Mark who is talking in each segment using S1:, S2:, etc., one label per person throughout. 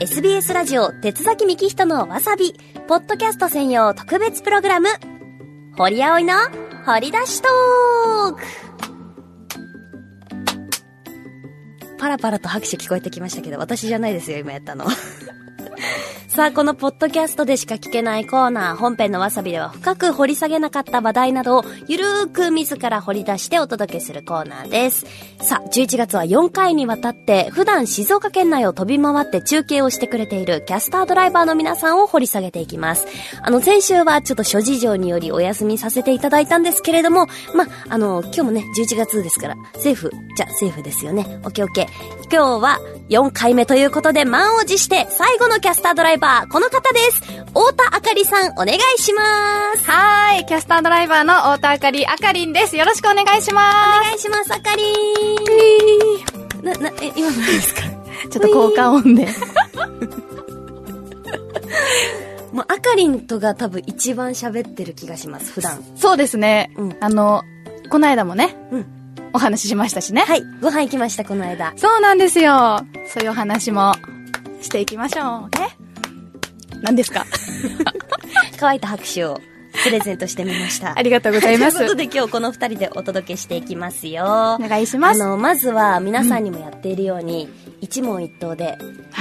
S1: SBS ラジオ鉄崎幹人のわさびポッドキャスト専用特別プログラム堀葵の掘り出しトークパラパラと拍手聞こえてきましたけど私じゃないですよ今やったのさあこのポッドキャストでしか聞けないコーナー本編のわさびでは深く掘り下げなかった話題などをゆるーく自ら掘り出してお届けするコーナーですさあ11月は4回にわたって普段静岡県内を飛び回って中継をしてくれているキャスタードライバーの皆さんを掘り下げていきますあの先週はちょっと諸事情によりお休みさせていただいたんですけれどもまああの今日もね11月ですからセーフじゃセーフですよねオッケーオッケー今日は4回目ということで満を持して最後のキャスタードライバーこの方です太田あかりさんお願いします
S2: はーい、キャスタードライバーの太田あかり、あかりんです。よろしくお願いし
S1: お
S2: ま
S1: 願いしますあかりな、な、え、今の何ですか
S2: す。ちょっと効果音で。
S1: もう、あかりんとが多分一番喋ってる気がします、普段。
S2: そうですね。
S1: うん
S2: あの、この間もね、
S1: うん。
S2: お話ししましたしね。
S1: はい、ご飯行きました、この 間。
S2: そうなんですよ。そういうお話もしていきましょうね。何で すか
S1: 乾いた拍手をプレゼントしてみました。
S2: ありがとうございます
S1: ということ。で今日この二人でお届けしていきますよ
S2: お。願いします。
S1: あ
S2: は
S1: の、まずは皆さんにもやっているように、一問一答で、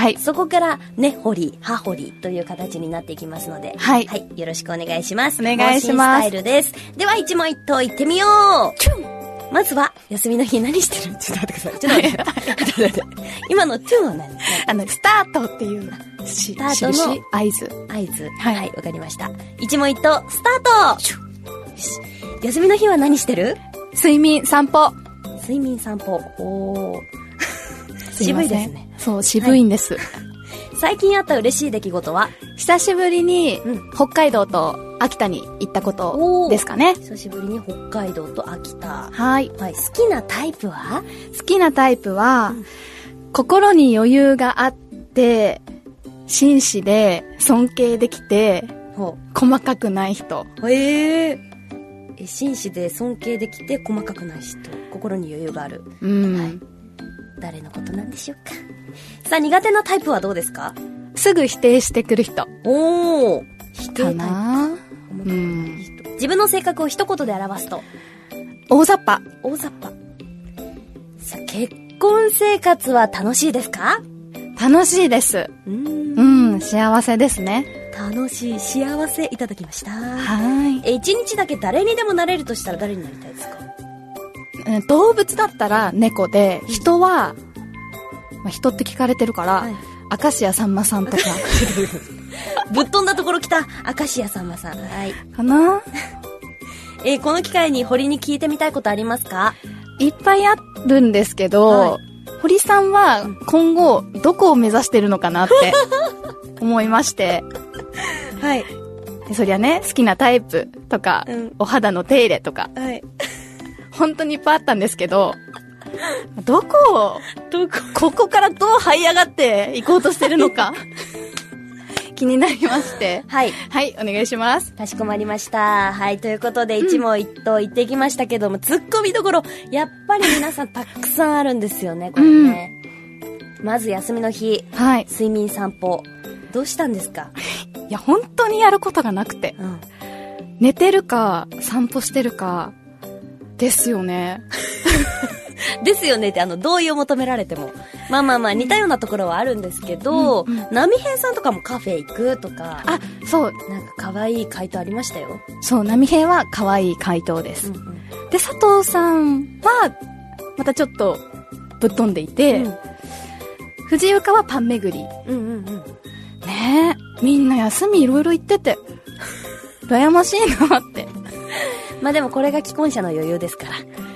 S2: い。
S1: そこから根掘り、葉掘りという形になっていきますので、
S2: はい
S1: よろしくお願いします。
S2: お願いしま
S1: 盲信ス
S2: す
S1: タイルです。では、一問一答いってみようまずは、休みの日何してるちょっと待ってください。ちょっと待ってくださいちょっと待って。今のチュンは何
S2: あの、スタートっていう、し、
S1: スタートの
S2: 印、合図。
S1: 合図。は、
S2: はいい
S1: わ、かりました。一問一答、スタートよし休みの日は何してる
S2: 睡眠、散歩。
S1: 睡眠散歩。おー。
S2: す ま
S1: 渋
S2: せん
S1: いですね。。
S2: そう、渋いんです。
S1: 最近あった嬉しい出来事は
S2: 久しぶりに、
S1: うん
S2: 北海道と秋田に行ったこ
S1: おー
S2: とですかね。
S1: 久しぶりに北海道と秋田。
S2: はい。
S1: はい、好きなタイプは
S2: 好きなタイプは、
S1: うん
S2: 心に余裕があって、紳士で尊敬できて、
S1: ほ
S2: 細かくない人。
S1: う。へえ。え、紳士で尊敬できて細かくない人。心に余裕がある。
S2: うん。
S1: はい誰のことなんでしょうか。さあ、苦手なタイプはどうですか
S2: すぐ否定してくる人。
S1: おお。否
S2: か
S1: 定タイ
S2: な
S1: プ。細かくない人。自分の性格を一言で表すと、
S2: 大雑把。
S1: 大雑把。さあ、結婚生活は楽しいですか
S2: 楽しいです。
S1: うーん
S2: う。ん、幸せですね。
S1: 楽しい幸せいただきました。
S2: は
S1: え、一日だけ誰にでもなれるとしたら誰になりたいですか
S2: いうん。動物だったら猫で、人は、まあ、人って聞かれてるから、
S1: はい
S2: 明石家さんまさんとか、
S1: ぶっ飛んだところ来た、明石家さんまさん。はい。
S2: かな
S1: えーこの機会に堀に聞いてみたいことありますか
S2: いっぱいあるんですけど、
S1: は
S2: 堀さんは今後どこを目指してるのかなって思いまして、
S1: はい。
S2: そりゃね、好きなタイプとか、
S1: うん
S2: お肌の手入れとか、
S1: はい。
S2: 本当にいっぱいあったんですけど、どこを、
S1: どこ
S2: ここからどう這い上がっていこうとしてるのか、気になりまして。
S1: はい。
S2: はい、お願いします。
S1: かしこまりました。はい。ということで、一問一答言ってきましたけども、突っ込みどころ、やっぱり皆さんたくさんあるんですよね、これね。まず休みの日、
S2: はい。
S1: 睡眠散歩。どうしたんですか
S2: いや、本当にやることがなくて。
S1: うん。
S2: 寝てるか、散歩してるか、ですよね。
S1: ですよねって、あの、同意を求められても。まあまあまあ、似たようなところはあるんですけど、
S2: うんうん
S1: 波平さんとかもカフェ行くとか、
S2: あ、そう、
S1: なんか可愛い回答ありましたよ。
S2: そう、波平は可愛い回答です。
S1: うん
S2: で、佐藤さんは、またちょっとぶっ飛んでいて、藤岡はパン巡り。
S1: うんうんうん
S2: ねえ、みんな休みいろいろ行ってて、羨ましいなって。
S1: まあでもこれが既婚者の余裕ですから。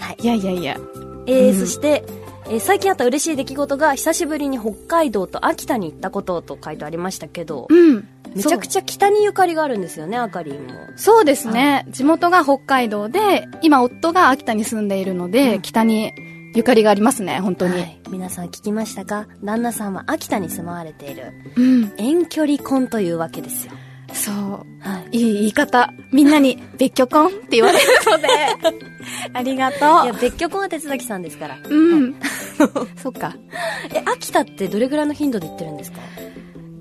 S1: はい。
S2: いやいやいや。
S1: えー
S2: うん
S1: そして、えー最近あった嬉しい出来事が久しぶりに北海道と秋田に行ったことと書いてありましたけど、
S2: うん。
S1: めちゃく
S2: ゃ。
S1: ちゃ北にゆかりがあるんですよね、あかりんも。
S2: そうですね。地元が北海道で、今夫が秋田に住んでいるので、
S1: うん
S2: 北にゆかりがありますね、本当に。
S1: はい。皆さん聞きましたか旦那さんは秋田に住まわれている
S2: うん。
S1: 遠距離婚というわけですよ。
S2: そう。
S1: はい。
S2: いい言い方。みんなに、別居婚って言 われるので。ありが
S1: い
S2: と
S1: や、別居婚は手続きさんですから。
S2: う。うん。そっか。
S1: え、秋田ってどれぐらいの頻度で行ってるんですか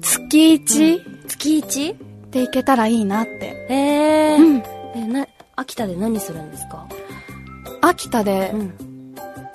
S2: 月一
S1: 月 1?
S2: で行けたらいいなって。
S1: へえ、
S2: うん。
S1: えな秋田で何するんですか、
S2: 秋田で
S1: う、ん、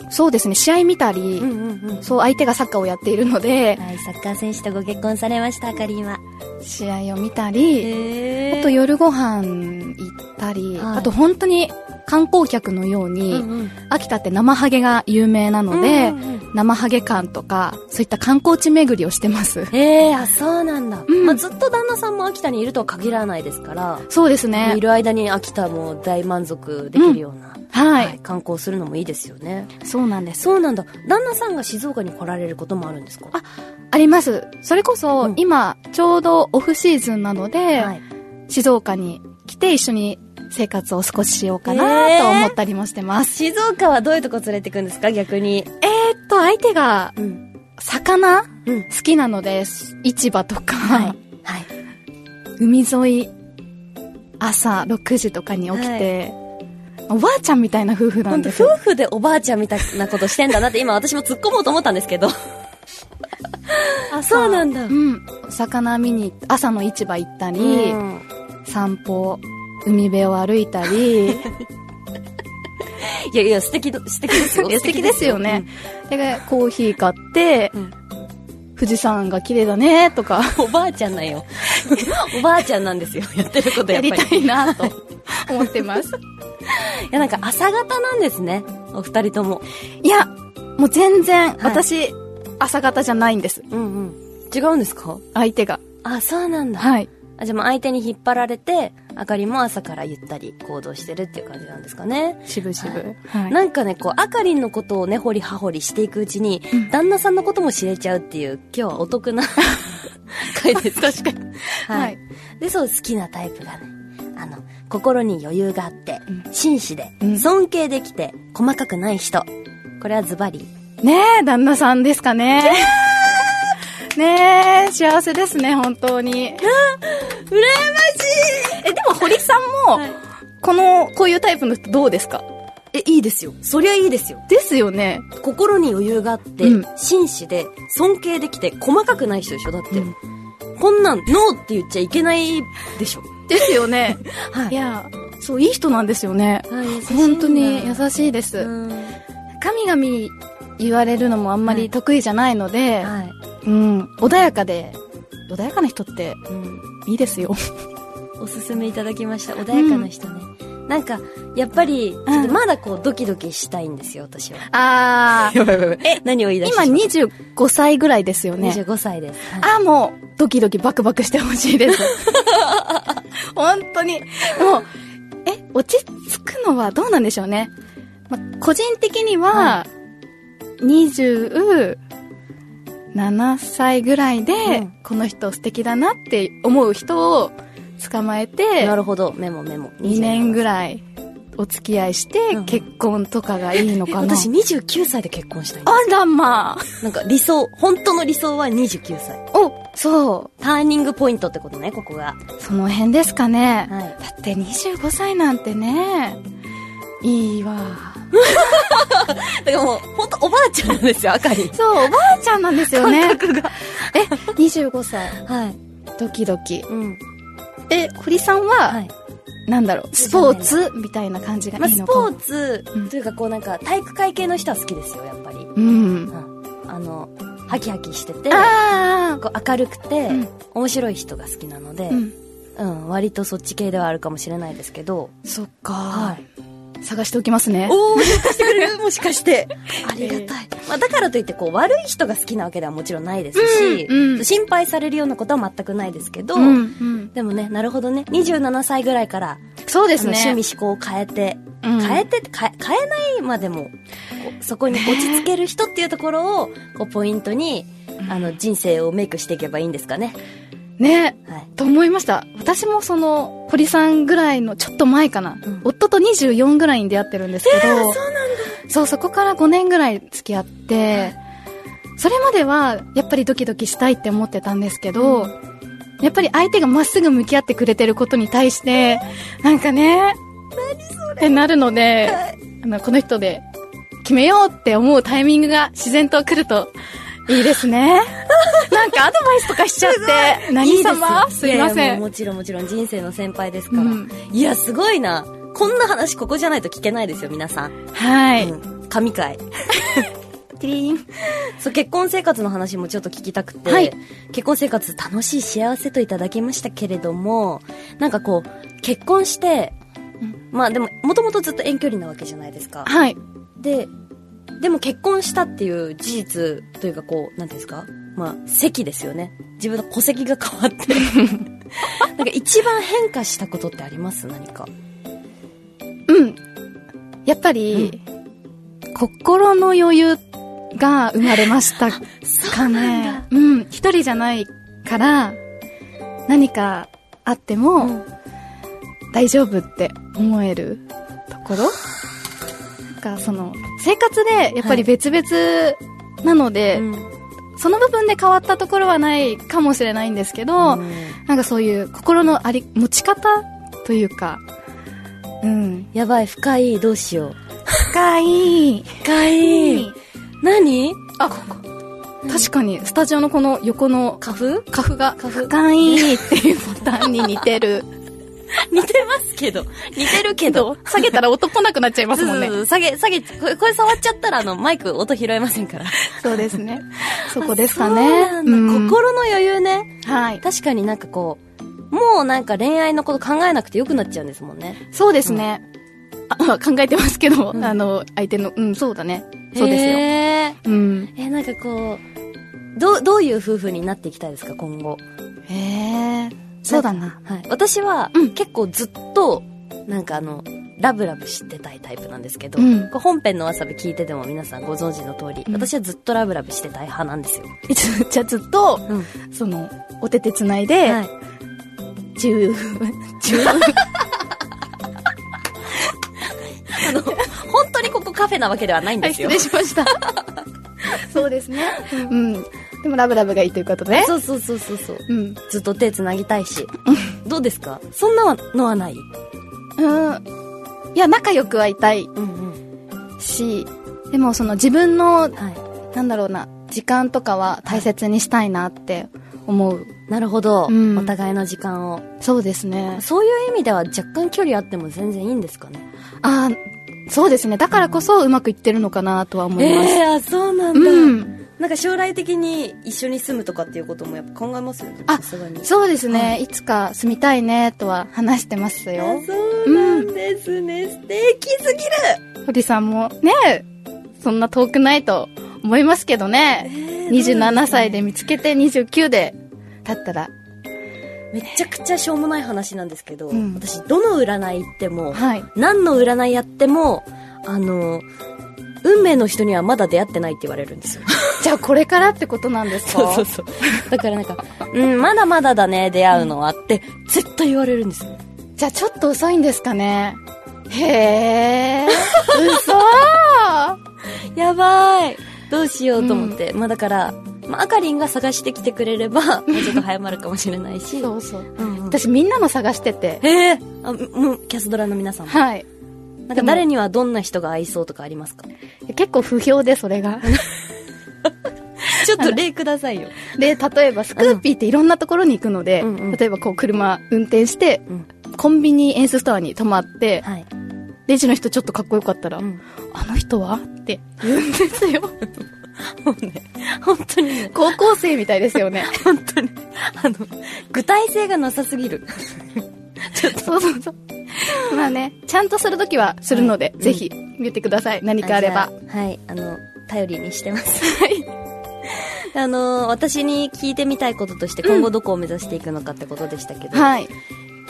S2: そうですね、試合見たり
S1: うんう、んうん
S2: そう、相手がサッカーをやっているので、
S1: はいサッカー選手とご結婚されましたあかりんは
S2: 試合を見たり、
S1: へ
S2: あと夜ご飯行ったり、
S1: はい
S2: あと本当に観光客のように、
S1: うん
S2: 秋田って生ハゲが有名な
S1: う
S2: の
S1: ん
S2: で、
S1: うんうんうん
S2: 生ハゲ館とか、そういった観光地巡りをしてます。
S1: へえあそうなんだ、
S2: うん
S1: まあ、ずっと旦那さんも秋田にいるとは限らないですから、
S2: そうですね
S1: い。る間に秋田も大満足できるような、
S2: は
S1: はい
S2: い。
S1: 観光するのもいいですよね
S2: そうなんです。
S1: そうなんだ旦那さんが静岡に来られることもあるんですか
S2: ああります。それこ
S1: う
S2: そ、
S1: ん
S2: 今、ちょうどオフシーズンなので、
S1: はい、
S2: 静岡に来て一緒に生活を少ししようかなと思ったりもしてます。
S1: 静岡はどういうとこ連れてくんですか逆に
S2: えーっと、相手が
S1: うん
S2: 魚
S1: うん
S2: 好きなので、市場とか、
S1: はいはい
S2: 海沿い、朝6時とかに起きて、おばあちゃんみたいな夫婦な
S1: 本
S2: ん
S1: 当
S2: ですよ。
S1: 夫婦でおばあちゃんみたいなことしてんだなって今私も突っ込もうと思ったんですけどあそうなんだ
S2: うん。お魚見に、朝の市場行ったり、
S1: うん
S2: 散歩、海辺を歩いたり、
S1: いやいや素敵だ素敵ですよ
S2: いや素敵ですよね、。で、コーヒー買って、
S1: うん
S2: 富士山が綺麗だね、とか、
S1: おばあちゃんなんよ。 おばあちゃんなんですよ。やってることや
S2: や
S1: っぱ
S2: り
S1: り。
S2: たいな、と思ってます。
S1: いや、なんか朝方なんですね。お二人とも。
S2: いや、もう全然、
S1: い
S2: 私、朝方じゃないんです。
S1: うんうん。違うんですか
S2: 相手が。
S1: あ、そうなんだ。
S2: はい。
S1: あじゃあもう相手に引っ張られて、あかりも朝からゆったり行動してるっていう感じなんですかね。
S2: しぶしぶ。はい。
S1: なんかね、こう、あかりんのことをね、掘り葉掘りしていくうちに、
S2: うん
S1: 旦那さんのことも知れちゃうっていう、今日はお得 な回です。確かに。
S2: は
S1: はいい。。で、そう、好きなタイプがね、あの、心に余裕があって、
S2: うん
S1: 紳士で、
S2: うん
S1: 尊敬できて、細かくない人。これはズバリ。
S2: ねえ、旦那さんですかね。ねえ、幸せですね、本当 に。
S1: うらやましい
S2: え、でも堀さんも、
S1: はい
S2: この、こういうタイプの人どうですか
S1: え、いいですよ。そりゃいいですよ。
S2: ですよね。
S1: 心に余裕があって、
S2: うん
S1: 紳士で、尊敬できて、細かくない人でしょだって、
S2: うん
S1: こんなん、ノーって言っちゃいけないでしょ。
S2: ですよね。
S1: はい
S2: や、そう、いい人なんですよね。本当に優しいです。
S1: うん
S2: 神々言われるのもあんまり得意じゃないので、
S1: はい。
S2: うん、穏やかで、穏やかな人って
S1: うん
S2: いいですよ。
S1: おすすめいただきました。穏やかな人ね。なんか、やっぱり、ちょっとまだこう、ドキドキしたいんですよ、私は。
S2: あー、
S1: え、何を言い出し
S2: 今
S1: た
S2: 25歳ぐらいですよね。
S1: 25歳です。はい
S2: あー、もう、ドキドキバクバクしてほし いです。本当に。もう、え、落ち着くのはどうなんでしょうね。ま、個人的には、27歳ぐらいで、
S1: うん
S2: この人素敵だなって思う人を捕まえて、
S1: なるほど、メモメモ。
S2: 2年ぐ
S1: い。
S2: らいお付き合いして
S1: うん
S2: 結婚とかがいいのかな、
S1: 私29歳で結婚したい。
S2: あらまあ
S1: なんか理想、本当の理想は29歳。
S2: おそ
S1: ターニングポイントってことね、ここが。
S2: うその辺ですかね、
S1: はい。
S2: だって25歳なんてねいいわ
S1: だからもう、本当おばあちゃんなんですよ、あかり。
S2: そうおばあちゃんなんですよ ね感覚がえ25歳
S1: はい。
S2: ドキドキ
S1: うん。
S2: え堀さんは、
S1: はい。
S2: なんだろうスポーツみたいな感じが
S1: まあ、
S2: いい
S1: ス
S2: のかも
S1: ポーツ
S2: うん、
S1: というかこうなんか、体育会系の人は好きですよ、やっぱり。
S2: うん
S1: うんあの、ハキハキしてて、
S2: あ
S1: こう明るくて、
S2: うん
S1: 面白い人が好きなので、
S2: あうん
S1: うん、割とそっち系ではあるかもしれないですけど、
S2: そっ
S1: は
S2: か、
S1: い。
S2: 探しておきますね
S1: おー、もしかしてくれる もしか して。ありが
S2: え
S1: たい。まあ、だからといって、こう、悪い人が好きなわけではもちろんないですし、
S2: うんうん
S1: 心配されるようなことは全くないですけど、
S2: うんうん、
S1: でもね、なるほどね、27歳ぐらいから、
S2: そうです
S1: あ
S2: ね
S1: の趣味思考を変えて、
S2: うん
S1: 変えてって、変え変えないまでも、こうそこに落ち着ける人っていうところを、こう、ポイントに、あの、人生をメイクしていけばいいんですかね。
S2: ね
S1: はい。
S2: と思いました私もその堀さんぐらいのちょっと前かな、
S1: うん
S2: 夫と24ぐらいに出会ってるんですけど、そうそうそこから5年ぐらい付き合ってそれまではやっぱりドキドキしたいって思ってたんですけど、
S1: うん
S2: やっぱり相手がまっすぐ向き合ってくれてることに対してなんかねってなるので、あのこの人 で決めようって思うタイミングが自然と来るといいですね。なんかアドバイスとかしちゃって、
S1: いい
S2: 何
S1: です
S2: 様すいま
S1: やや
S2: せ。
S1: もうんもちろんもちろん人生の先輩ですから。
S2: うん
S1: いや、すごいな。こんな話ここじゃないと聞けないですよ、皆さん。
S2: はい。
S1: うん神回。
S2: テリーン。
S1: そう、結婚生活の話もちょっと聞きたくて、
S2: はい
S1: 結婚生活楽しい幸せといただきましたけれども、なんかこう、結婚して、
S2: うん
S1: まあでも、もともとずっと遠距離なわけじゃないですか。
S2: はい。
S1: で、でも結婚したっていう事実というかこう、なんていうんですかまあ、籍ですよね。自分の戸籍が変わ って。なんか一番変化したことってあります何か。
S2: うん。やっぱり、心の余裕が生まれましたかね。うん。一人じゃないから、何かあって
S1: う
S2: も
S1: ん
S2: 大丈夫って思えるところ、なんかその、生活でやっぱり別々なので、
S1: うん
S2: その部分で変わったところはないかもしれないんですけど、なんかそういう心のあり、持ち方というか、うん。
S1: やばい、深い、どうしよう。
S2: 深い。
S1: 深い。何
S2: あ、ここ。確かに、スタジオのこの横の
S1: 花粉
S2: カフが、
S1: カフ
S2: 深いっていうボタンに似て る。
S1: 似てますけど。似てるけど。
S2: 下げたら音っぽなくなっちゃいますもんね
S1: ず。ずず下げ、下げ、これ、これ触っちゃったらあの、マイク音拾えませんから。
S2: そうですね。そこですか
S1: あ
S2: ね。
S1: そうなんだ
S2: うん
S1: 心の余裕ね。
S2: はい。
S1: 確かになんかこう、もうなんか恋愛のこと考えなくてよくなっちゃうんですもんね。
S2: そうですね。あ考えてますけど、
S1: うん
S2: あの、相手の、うん、そうだね。そうですよ。
S1: へー
S2: うん。
S1: え、なんかこう、どう、どういう夫婦になっていきたいですか、今後。
S2: へえ。そうだな。
S1: はい。私は、
S2: うん
S1: 結構ずっと、なんかあの、ラブラブしてたいタイプなんですけど、
S2: うん
S1: これ本編のわさび聞いてても皆さんご存知の通り、
S2: うん
S1: 私はずっとラブラブしてたい派なんですよ。
S2: いつじゃあずっと、
S1: うん。
S2: その、お手手つないで、
S1: はい。
S2: 十、十、
S1: あの、 本当にここカフェなわけではないんですよ。
S2: しま した。そうですね。うん。でもラブラブがいいということで。
S1: そうそうそうそうそう。
S2: うん。
S1: ずっと手つなぎたいし。どうですかそんなのはない
S2: うん。いや、仲良くはいたい
S1: うんうん。
S2: し、でもその自分の、
S1: は
S2: なんだろうな、時間とかは大切にしたいなって思う。
S1: い。なるほど。
S2: うん
S1: お互いの時間を。
S2: そうですね。
S1: そういう意味では若干距離あっても全然いいんですかね
S2: あーそうですね。だからこそうまくいってるのかなとは思います。
S1: ええあ、そうなんだ。
S2: うん。
S1: なんか将来的に一緒に住むとかっていうこともやっぱ考えますよね。
S2: あ
S1: さすがに。
S2: そうですね。、
S1: はい
S2: つか住みたいねとは話してます
S1: あ
S2: よ。
S1: そうなんですね。素敵すぎる
S2: 堀さんもね、そんな遠くないと思いますけどね。
S1: えー
S2: 27歳で見つけて29でだったら。
S1: めちゃくちゃしょうもない話なんですけど、
S2: うん
S1: 私どの占い行っても、
S2: はい。
S1: 何の占いやっても、あの、運命の人にはまだ出会ってないって言われるんですよ。
S2: じゃあこれからってことなんですか
S1: そう。だからなんか、うん、まだまだだね、出会うのはって、絶対言われるんですよ。
S2: じゃあちょっと遅いんですかね。へえ。嘘
S1: やばいどうしようと思って、まあだから、まあ、あかりんが探してきてくれれ ば、もうちょっと早まるかもしれないし。
S2: そうそう。
S1: うんうん
S2: 私みんなの探してて。
S1: へえあ、もう、キャスドラの皆さんも。
S2: はい。
S1: なんか誰にはどんな人が合いそうとかありますか
S2: 結構不評で、それが。
S1: ちょっと例くださいよ。
S2: で、例えばスクーピーっていろんなところに行くので、
S1: うんうん
S2: 例えばこう車運転して、
S1: うん。
S2: コンビニエンスストアに泊まって、
S1: はい。
S2: レジの人ちょっとかっこよかったら、
S1: うん。
S2: あの人はって言うんですよ。
S1: もうね、本当にね、
S2: 高校生みたいですよね。
S1: 本当に、あの、具体性がなさすぎる。
S2: そうそうそう。まあね、ちゃんとするときはするので、
S1: はい
S2: ぜひ見てください。何かあれば。
S1: じゃあはい、あの、頼りにしてます。 はい。あの、私に聞いてみたいこととして、今後どこを目指していくのかってことでしたけど、
S2: はい。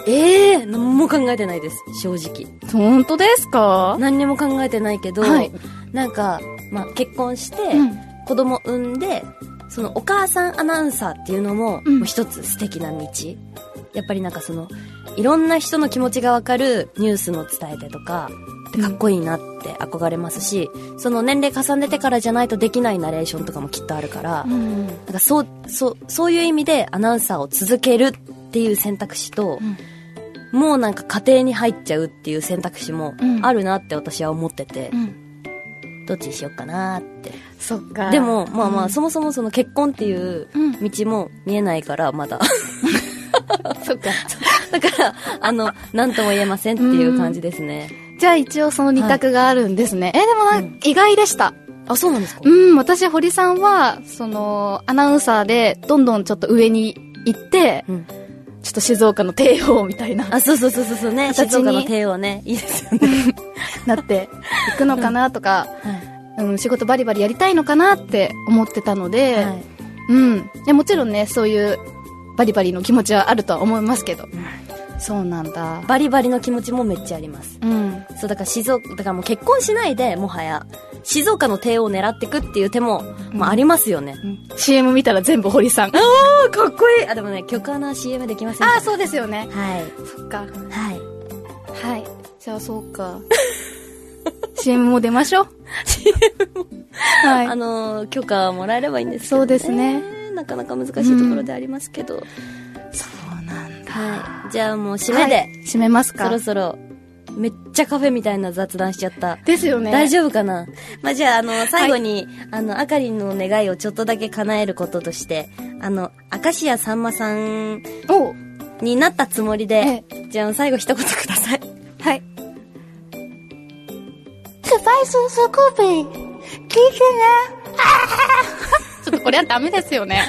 S1: ええー、何も考えてないです、正直。
S2: 本当ですか
S1: 何にも考えてないけど、
S2: はい
S1: なんか、まあ、結婚して、
S2: うん。
S1: 子供産んで、そのお母さんアナウンサーっていうのも、
S2: うん
S1: もう一つ素敵な道。やっぱりなんかその、いろんな人の気持ちがわかるニュースの伝えてとか、かっこいいなって憧れますし、その年齢重ねてからじゃないとできないナレーションとかもきっとあるから、
S2: う
S1: な
S2: ん
S1: んかそう、そう、そういう意味でアナウンサーを続けるっていう選択肢と、もうなんか家庭に入っちゃうっていう選択肢も
S2: うん
S1: あるなって私は思ってて、
S2: うん
S1: どっちにしようかなって
S2: そっか
S1: でもまあまあ、
S2: うん
S1: そもそもその結婚っていう
S2: うん
S1: 道も見えないからまだ
S2: そっか
S1: だからあの何とも言えませんっていう感じですね、
S2: じゃあ一応その二択があるんですね、えでもなんか意外でした
S1: あそうなんですか
S2: うん、私、堀さんは、その、アナウンサーで、どんどんちょっと上に行って、
S1: うん
S2: ちょっと静岡の帝王みたいな、
S1: あそうそうそうそうそうね
S2: 形に
S1: 静岡の帝王ねいいですよね、
S2: なっていくのかなとか、うん、仕事バリバリやりたいのかなって思ってたので、
S1: はい
S2: うん。でもちろんね、そういう、バリバリの気持ちはあるとは思いますけど。そうなんだ。
S1: バリバリの気持ちもめっちゃあります
S2: うん。
S1: そうだから静岡だからもう結婚しないでもはや静岡の帝王を狙ってくっていう手も、まあ、ありますよね、
S2: CM 見たら全部堀さん。あ
S1: あかっこいいあでもね曲穴 CM できません
S2: あ、
S1: か
S2: そうですよね。
S1: らはい
S2: そっか。
S1: はい
S2: はい。じゃあそう か。CM も出ましょう。CM も。はい。
S1: あのー許可もらえればいいんですけど、
S2: そうですね
S1: なかなか難しいところでありますけど、
S2: そうなんだ。
S1: はいじゃあもう締めで、
S2: はい締めますか
S1: そろそろめっちゃカフェみたいな雑談しちゃった、
S2: ですよね。
S1: 大丈夫かなまあじゃああの最後に、あのあかりんの願いをちょっとだけ叶えることとしてあの明石家さんまさん
S2: 夫。お
S1: になったつもりで、
S2: え
S1: じゃあ最後一言ください
S2: はい。
S3: スパイススクープ聞いてね
S2: ちょっとこれはダメですよね。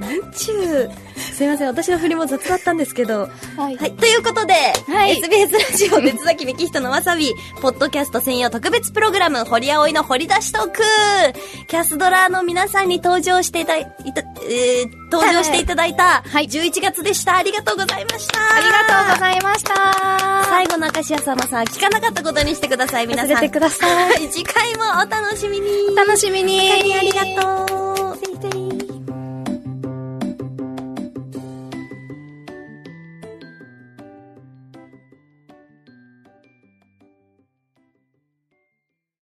S1: なん ちゅうすいません私の振りも雑だったんですけど
S2: はい
S1: はい。ということで、
S2: はい
S1: SBS ラジオ、別崎幹人のわさび、ポッドキャスト専用特別プログラム、堀葵の掘り出しトークキャスドラーの皆さんに登場していた、いた、えー登場していただいた、
S2: はい
S1: 11月でした。ありがとうございました。
S2: ありがとうございました。
S1: 最後の明石家さんまさん、聞かなかったことにしてください、皆さん。
S2: 忘れてください。
S1: はい次回もお楽しみに。
S2: 楽しみに。
S1: ありがとう。